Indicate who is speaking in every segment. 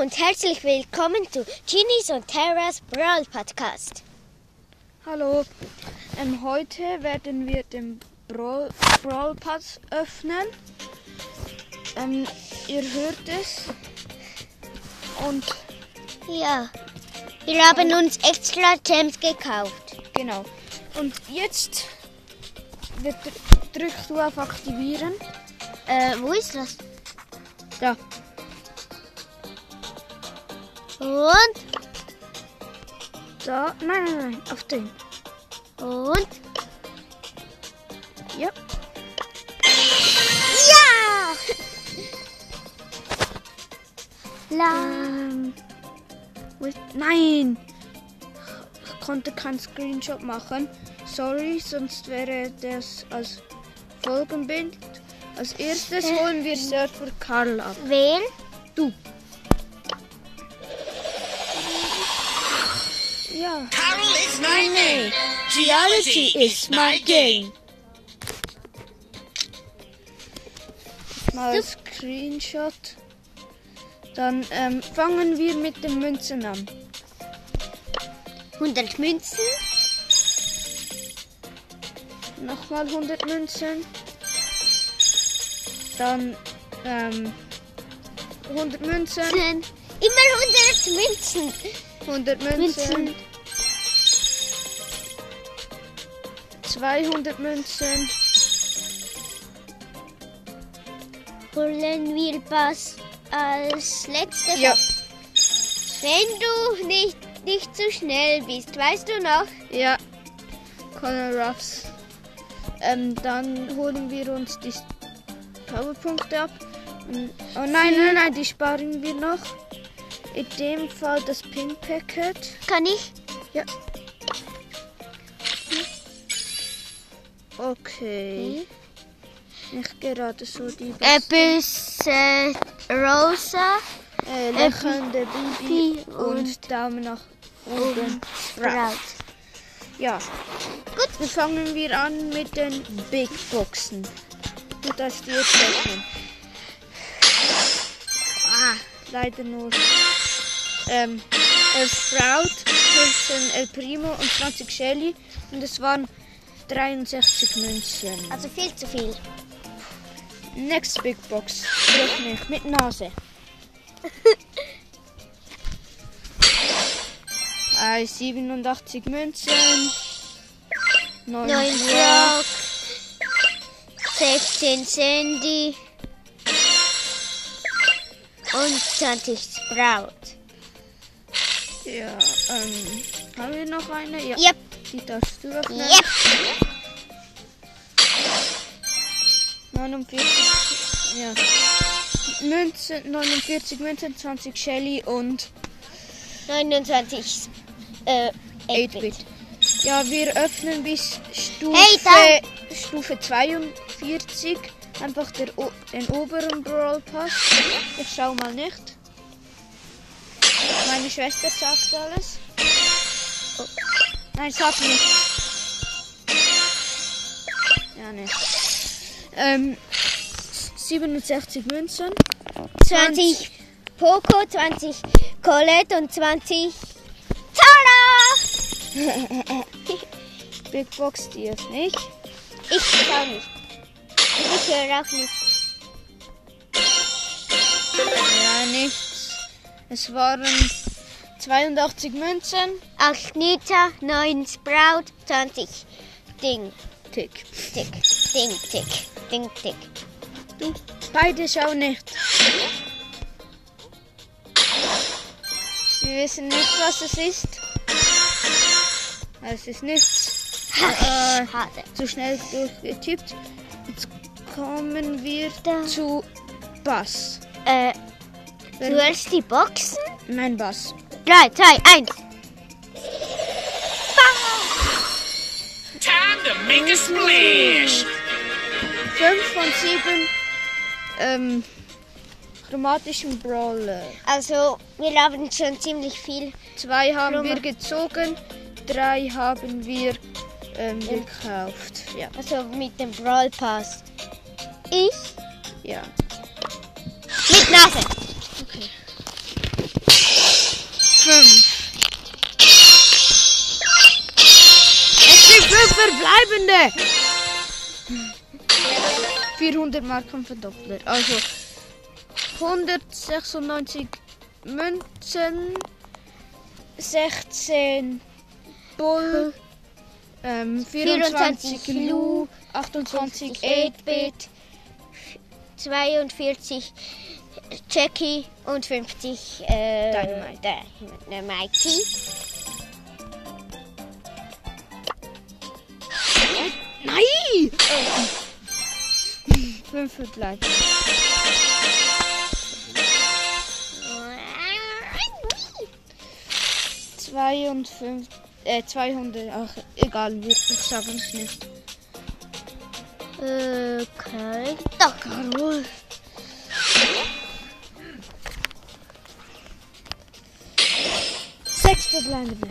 Speaker 1: und herzlich willkommen zu Genies und Terras Brawl Podcast.
Speaker 2: Hallo, ähm, heute werden wir den Brawl, Brawl Pass öffnen. Ähm, ihr hört es. Und
Speaker 1: Ja, wir haben uns extra Gems gekauft.
Speaker 2: genau. Und jetzt wir dr drückst du auf Aktivieren.
Speaker 1: Äh, wo ist das?
Speaker 2: Da.
Speaker 1: Und,
Speaker 2: Da. Nein, nein, nein. Auf den.
Speaker 1: und,
Speaker 2: Ja.
Speaker 1: ja! La.
Speaker 2: Ähm, wo ist- nein! Ich konnte keinen Screenshot machen. Sorry, sonst wäre das als Folgenbild. Als erstes holen wir Server Karl ab.
Speaker 1: Wen?
Speaker 2: Du. Ja.
Speaker 3: Carol is my name.
Speaker 2: Reality is my game. Mal Screenshot. Dann ähm, fangen wir mit den Münzen an.
Speaker 1: 100 Münzen,
Speaker 2: Nochmal 100 Münzen. Dann ähm, 100 Münzen,
Speaker 1: immer 100 Münzen.
Speaker 2: 100 Münzen,
Speaker 1: Münzen,
Speaker 2: 200 Münzen,
Speaker 1: holen wir was als letztes
Speaker 2: ja,
Speaker 1: Wenn du nicht, nicht zu schnell bist, weißt du noch?
Speaker 2: ja, Conor Ruffs. Ähm, dann holen wir uns die Powerpunkte ab. Und- Oh nein, nein, nein, die sparen wir noch. In dem Fall das Pin-Packet.
Speaker 1: Kann ich?
Speaker 2: Ja.
Speaker 1: Hm?
Speaker 2: Okay. Nicht gerade so die besten.
Speaker 1: Apples, äh, Rosa,
Speaker 2: Äh, lächelnde Bibi
Speaker 1: Bibi und
Speaker 2: und Daumen nach oben.
Speaker 1: Braut.
Speaker 2: Ja. Gut. Dann fangen wir an mit den Big Boxen. Du darfst dir zeichnen. Ah, leider nur. Ähm, El Sprout, 15 El Primo und 20 Shelly. Und es waren 63 Münzen.
Speaker 1: Also viel zu viel.
Speaker 2: Next Big Box. Brech mich mit Nase. Äh, 87 Münzen. 9
Speaker 1: Neun Brock, 16 Sandy und 20 Sprout.
Speaker 2: Ja, ähm, haben wir noch eine? Ja.
Speaker 1: Yep,
Speaker 2: Die darfst du öffnen.
Speaker 1: yep.
Speaker 2: 49. Ja. Münzen, 49 Münzen, 20 Shelly und
Speaker 1: 29 äh, 8-Bit.
Speaker 2: 8-Bit. Ja, wir öffnen bis Stufe,
Speaker 1: Hey,
Speaker 2: Stufe 42. Einfach der, o- den oberen Brawl Pass. Ich schau mal nicht. Meine Schwester sagt alles. Oh. Nein, sagt nicht. Ja, nicht. Ähm, 67 Münzen.
Speaker 1: 20 Poco, 20 Colette und 20 Tara.
Speaker 2: Big Box, die ist nicht.
Speaker 1: Ich schau nicht. Und Ich höre auch nicht.
Speaker 2: Ja, nichts. Es waren 82 Münzen.
Speaker 1: Agnita, 9 Sprout, 20 Ding,
Speaker 2: Tick.
Speaker 1: Tick, Ding, Tick, Ding, Tick.
Speaker 2: Du, beide schauen nicht. Wir wissen nicht, was es ist. Also Es ist nichts. Äh,
Speaker 1: Ach, schade.
Speaker 2: Zu schnell durchgetippt. Jetzt kommen wir
Speaker 1: Da.
Speaker 2: zu Bass.
Speaker 1: Äh,
Speaker 2: Wer-
Speaker 1: du hörst die Boxen?
Speaker 2: Nein, Bass.
Speaker 1: 3, 2, 1.
Speaker 3: Time to make a splash.
Speaker 2: 5 von 7 ähm, chromatischen Brawler.
Speaker 1: Also, wir haben schon ziemlich viel.
Speaker 2: Zwei haben
Speaker 1: Blume.
Speaker 2: wir gezogen, drei haben wir ähm, gekauft. Ja.
Speaker 1: Also mit dem Brawl Pass. Ich
Speaker 2: ja.
Speaker 1: mit Nase.
Speaker 2: Okay. 100 Marken verdoppelt. Also 196 Münzen, 16 Bull, ähm, 24,
Speaker 1: 24
Speaker 2: Lu,
Speaker 1: Lu,
Speaker 2: 28 8-Bit.
Speaker 1: 8-Bit, 42 Jackie und 50 äh,
Speaker 2: Dynamite.
Speaker 1: Dynamite. Dynamite.
Speaker 2: Nein! Fünf wird gleich.
Speaker 1: Nein.
Speaker 2: 52, äh, 200, ach, egal, wir- ich sage es nicht.
Speaker 1: Äh, kein Doch.
Speaker 2: Karol. Sechs verbleibende.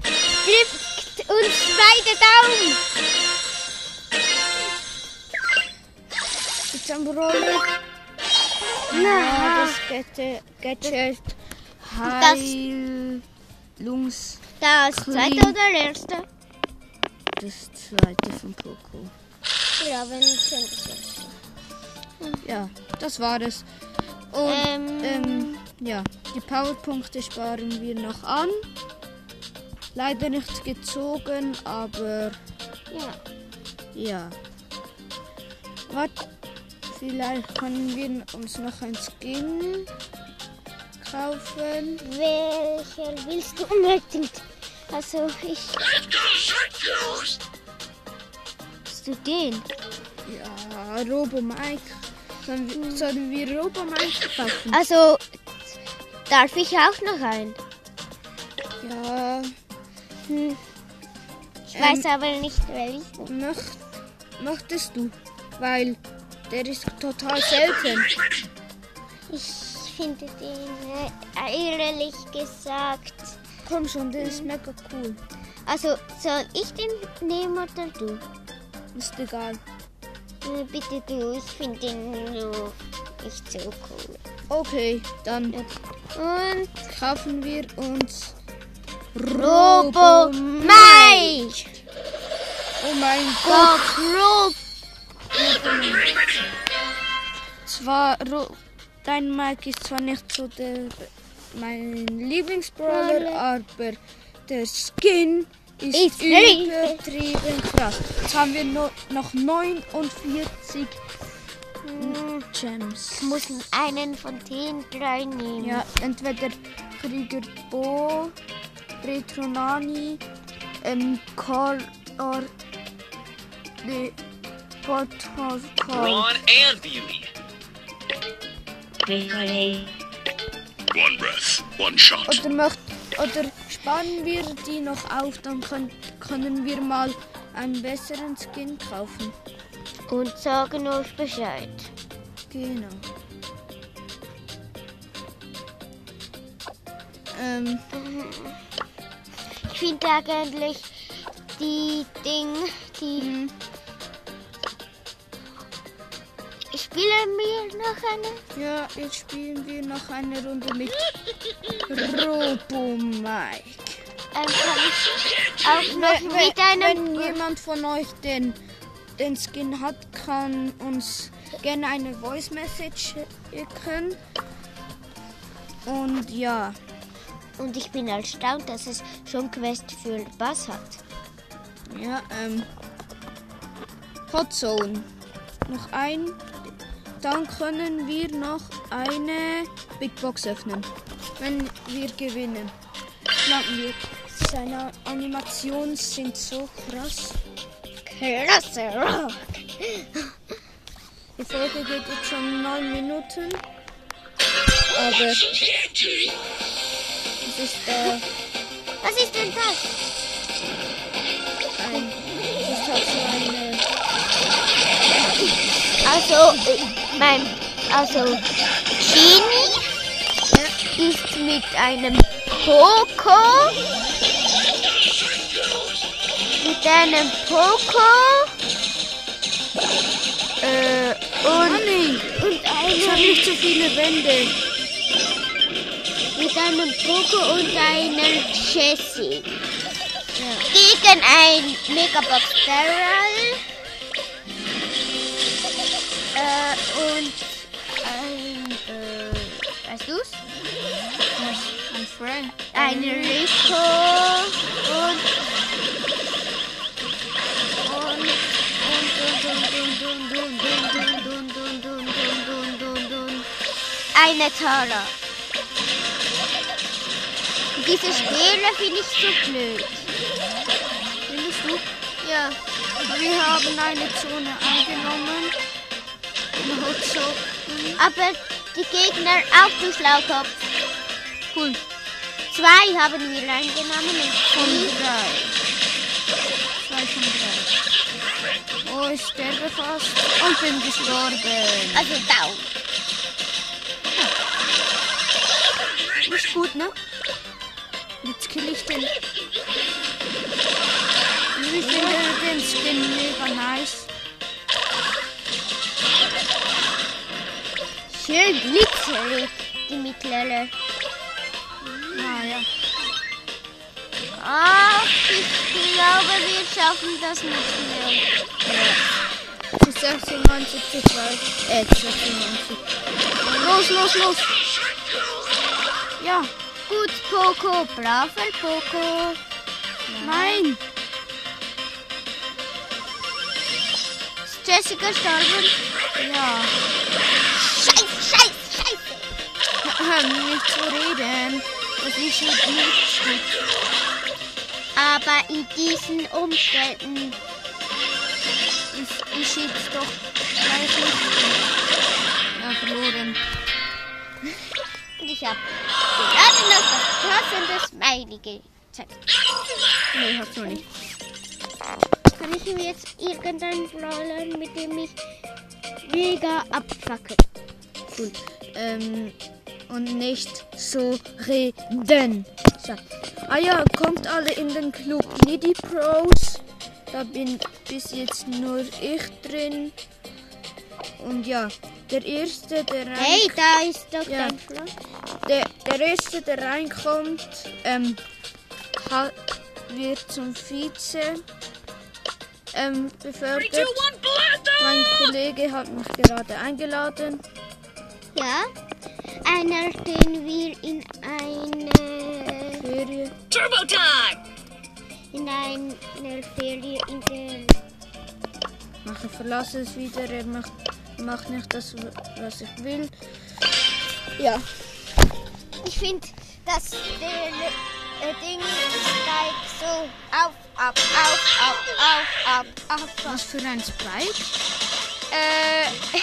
Speaker 1: Drückt uns beide Daumen.
Speaker 2: Jetzt am Rollen.
Speaker 1: Na,
Speaker 2: das Gadget, Gadget
Speaker 1: Das-
Speaker 2: Heilungs,
Speaker 1: das zweite
Speaker 2: Clean.
Speaker 1: oder erste?
Speaker 2: das zweite von Poco.
Speaker 1: Ja, wenn schon das erste.
Speaker 2: Ja, das war es.
Speaker 1: Ähm.
Speaker 2: Und, ähm, ja, die Powerpunkte sparen wir noch an. Leider nicht gezogen, aber
Speaker 1: Ja.
Speaker 2: ja. Was? Vielleicht können wir uns noch ein Skin kaufen.
Speaker 1: Welcher willst du unbedingt? Also ich. Hast du den?
Speaker 2: Ja, Robo Mike. Sollen wir, sollen wir Robo Mike kaufen?
Speaker 1: Also darf ich auch noch einen?
Speaker 2: Ja,
Speaker 1: Hm. Ich
Speaker 2: Ähm.
Speaker 1: weiß aber nicht welchen.
Speaker 2: möcht, möchtest du? Weil der ist total selten.
Speaker 1: Ich finde den äh, ehrlich gesagt.
Speaker 2: Komm schon, der ist mega cool.
Speaker 1: Also soll ich den nehmen oder du?
Speaker 2: Ist egal.
Speaker 1: Äh, Bitte du, ich finde den so nicht so cool.
Speaker 2: Okay, dann
Speaker 1: Und
Speaker 2: kaufen wir uns
Speaker 1: Robo Mike!
Speaker 2: Oh mein Gott,
Speaker 1: Gott, Robo!
Speaker 2: zwar Ro dein Mike ist zwar nicht so der mein Lieblingsbrawler, aber der Skin ist,
Speaker 1: Ist richtig.
Speaker 2: übertrieben krass. Jetzt haben wir nur noch 49 Gems.
Speaker 1: Ich muss einen von den drei nehmen.
Speaker 2: Ja, entweder Krieger Bo, Retronani, ähm, Call or the Portal Call.
Speaker 3: Brawn and beauty.
Speaker 4: One breath, one shot.
Speaker 2: Oder, möcht, oder sparen wir die noch auf, dann können, können wir mal einen besseren Skin kaufen.
Speaker 1: Und sagen uns Bescheid.
Speaker 2: Genau. Ähm,
Speaker 1: Ich finde eigentlich die Ding, die
Speaker 2: Mhm.
Speaker 1: spielen wir noch eine.
Speaker 2: ja, jetzt spielen wir noch eine Runde mit Robo Mike.
Speaker 1: Dann kann ich auch noch
Speaker 2: Wenn-
Speaker 1: mit
Speaker 2: wenn,
Speaker 1: einem.
Speaker 2: wenn jemand von euch den, den Skin hat, kann uns gerne eine Voice Message schicken. Und ja,
Speaker 1: Und ich bin erstaunt, dass es schon Quest für Bass hat.
Speaker 2: ja, ähm, Hot Zone. Noch ein. Dann können wir noch eine Big Box öffnen. Wenn wir gewinnen. Schnappen wir. Seine Animationen sind so krass.
Speaker 1: Klasse Rock!
Speaker 2: Die Folge geht jetzt schon neun Minuten. Aber es ist äh,
Speaker 1: Was ist denn das?
Speaker 2: ein. Es ist halt so eine.
Speaker 1: Also, äh, mein. Also, Genie ist mit einem Poco. Mit einem Poco. Äh, und,
Speaker 2: Manni,
Speaker 1: und
Speaker 2: ich habe
Speaker 1: einem.
Speaker 2: nicht so viele Wände.
Speaker 1: mit einem Poco und einer Jessie. Gegen ein Megabox Daryl. und ein, äh, weißt du's?
Speaker 5: Ein Frank.
Speaker 1: Ein Rico und eine Tora. Diese Spiele finde ich so blöd.
Speaker 2: Findest du? Ja. Wir haben eine Zone eingenommen. In Hotzocken.
Speaker 1: Aber die Gegner auch zu Schlaukopf.
Speaker 5: Cool.
Speaker 1: Zwei haben wir eingenommen und
Speaker 2: Drei.
Speaker 5: Zwei von drei.
Speaker 2: Oh, ich sterbe fast.
Speaker 5: Und bin gestorben.
Speaker 1: vier, also down.
Speaker 2: Nicht gut, ne? Jetzt kill ich den.
Speaker 5: Ich finde den Skin mega nice.
Speaker 1: Schön glitzerig, die mittlere.
Speaker 5: Ah ja.
Speaker 1: Ach, ich glaube, wir schaffen das nicht mehr.
Speaker 2: Zu 96 zu 2. Äh, zu 96. Los, los, los! Ja,
Speaker 1: Gut, Poco, braver Poco.
Speaker 2: nein!
Speaker 1: Ist Jessica gestorben?
Speaker 5: Ja.
Speaker 1: Scheiße, scheiße, scheiße.
Speaker 5: nicht zu reden. Das ist jetzt nicht gut.
Speaker 1: Aber in diesen Umständen
Speaker 5: Ich, ich jetzt doch gleich nicht. Ja, verloren.
Speaker 1: Und ich habe gerade noch das passende Smiley gezeigt.
Speaker 5: Nee, hab's noch nicht.
Speaker 1: Kann ich mir jetzt irgendeinen Brawler, mit dem ich mega abfacke?
Speaker 2: Cool. Ähm, und nicht so reden. So. Ah ja, kommt alle in den Club Niddy Pros. Da bin bis jetzt nur ich drin. Und ja, der Erste, der rein-
Speaker 1: Hey, da ist doch
Speaker 2: Ja.
Speaker 1: dein Freund.
Speaker 2: Der, der Erste, der reinkommt, ähm, ha- wird zum Vize ähm, befördert. Mein Kollege hat mich gerade eingeladen.
Speaker 1: Ja? Einer, den wir in eine,
Speaker 2: Ferien.
Speaker 3: Turbo time!
Speaker 1: in eine Ferie in der...
Speaker 2: Mache verlasse es wieder. Er macht, macht nicht das, was ich will. Ja,
Speaker 1: Ich finde, dass der äh, Ding steigt so auf, ab, auf, auf, auf, auf, auf.
Speaker 5: Was für ein Sprite?
Speaker 1: Äh,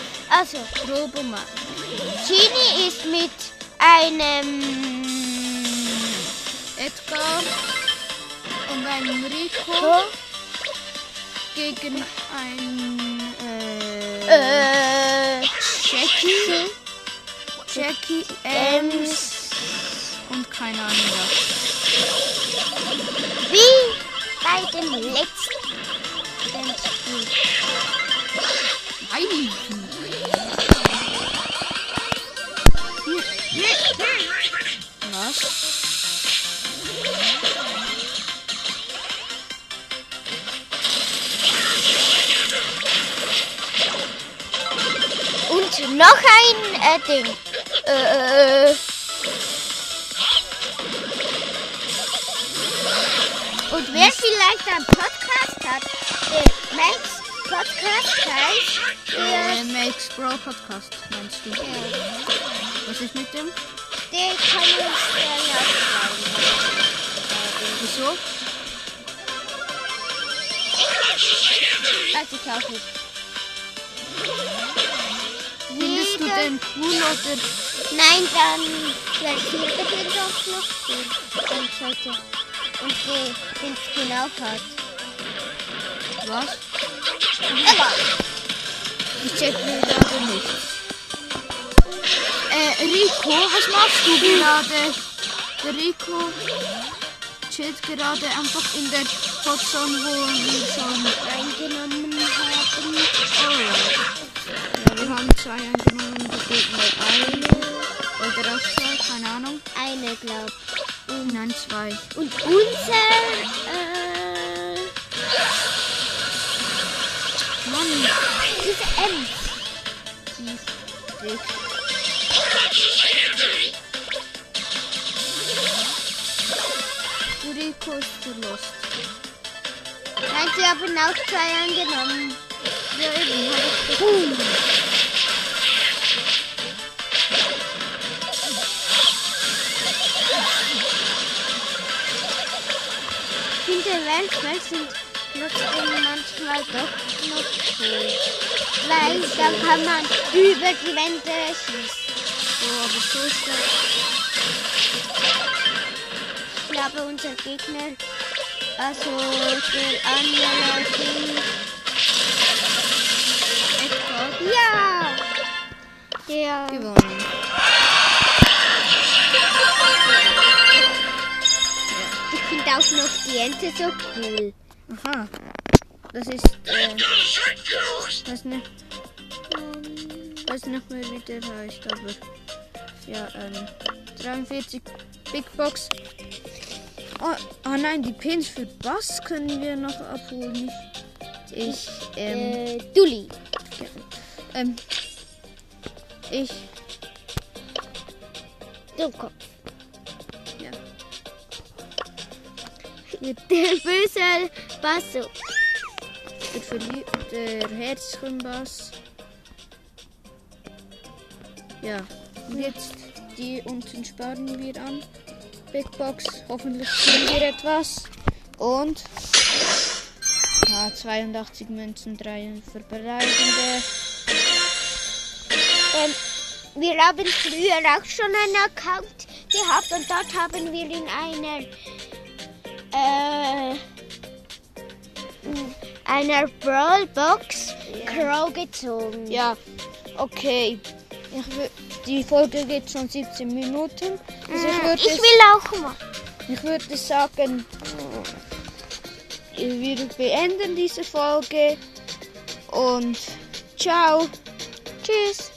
Speaker 1: also,
Speaker 5: Roboman.
Speaker 1: Genie ist mit einem.
Speaker 5: Edgar und ein Rico gegen ein äh,
Speaker 1: Äh,
Speaker 5: Jackie, Jackie Ems und keine Ahnung was.
Speaker 1: wie bei dem letzten Spiel.
Speaker 5: Nein, was?
Speaker 1: Und noch ein äh, Ding. Äh, und wer vielleicht einen Podcast hat, der Max Podcast heißt, der,
Speaker 5: Äh, Makes Bro Podcast meinst du? Was ist mit dem?
Speaker 1: der kann uns sehr laut sein.
Speaker 5: Wieso?
Speaker 1: Weiß ich auch nicht.
Speaker 5: Findest du den cool oder
Speaker 1: Nein, dann platziert er den doch noch gut. Dann sollte und so den Skin auch hat.
Speaker 5: was?
Speaker 1: Aber
Speaker 5: Ich check mir gerade nicht. Äh, Rico, was machst du gerade? Der Rico chillt gerade einfach in der Hotzone, wo wir schon...
Speaker 1: eingenommen haben.
Speaker 5: Oh, ja, wir haben zwei angenommen, die gegen eine oder auch zwei, keine Ahnung.
Speaker 1: Eine, glaub.
Speaker 5: Nein, zwei.
Speaker 1: Und unser, äh,
Speaker 5: Mann,
Speaker 1: diese Ems.
Speaker 2: tief weg.
Speaker 5: Rico ist verlost.
Speaker 1: Nein, sie haben auch zwei angenommen.
Speaker 5: Ja, eben, habe ich
Speaker 1: Finde Weltwell sind trotzdem manchmal doch noch cool. Weil dann kann man über die Wände schießen.
Speaker 5: so, aber so ist das.
Speaker 1: Ich glaube, unser Gegner, also der andere Team,
Speaker 5: Edgar
Speaker 1: ja, der
Speaker 5: gewonnen.
Speaker 1: Ich finde auch noch die Ente so cool.
Speaker 2: Aha. Das ist. Äh, weiß nicht. Ähm, Weiß nicht mehr, wie der heißt, aber. Ja, ähm. 43 Big Box. Oh, oh nein, die Pins für Bass können wir noch abholen. Ich, ähm.
Speaker 1: Äh, Dulli.
Speaker 2: ähm ich.
Speaker 1: Dummkopf.
Speaker 2: Ja.
Speaker 1: Der böse Basso.
Speaker 2: Der, Verli der Herzchenbass. Ja, und jetzt die unten sparen wir an. Big Box, hoffentlich kriegen wir etwas. Und ah, 82 Münzen, 3 verbleibende.
Speaker 1: Ähm, wir haben früher auch schon einen Account gehabt und dort haben wir in einer äh, in einer Brawl Box Crow gezogen.
Speaker 2: Ja, okay. Ich wü- die Folge geht schon 17 Minuten. Also ich
Speaker 1: Hm, Mm,
Speaker 2: würde
Speaker 1: ich
Speaker 2: es-
Speaker 1: will auch mal.
Speaker 2: Ich würde sagen, wir beenden diese Folge und ciao. Tschüss.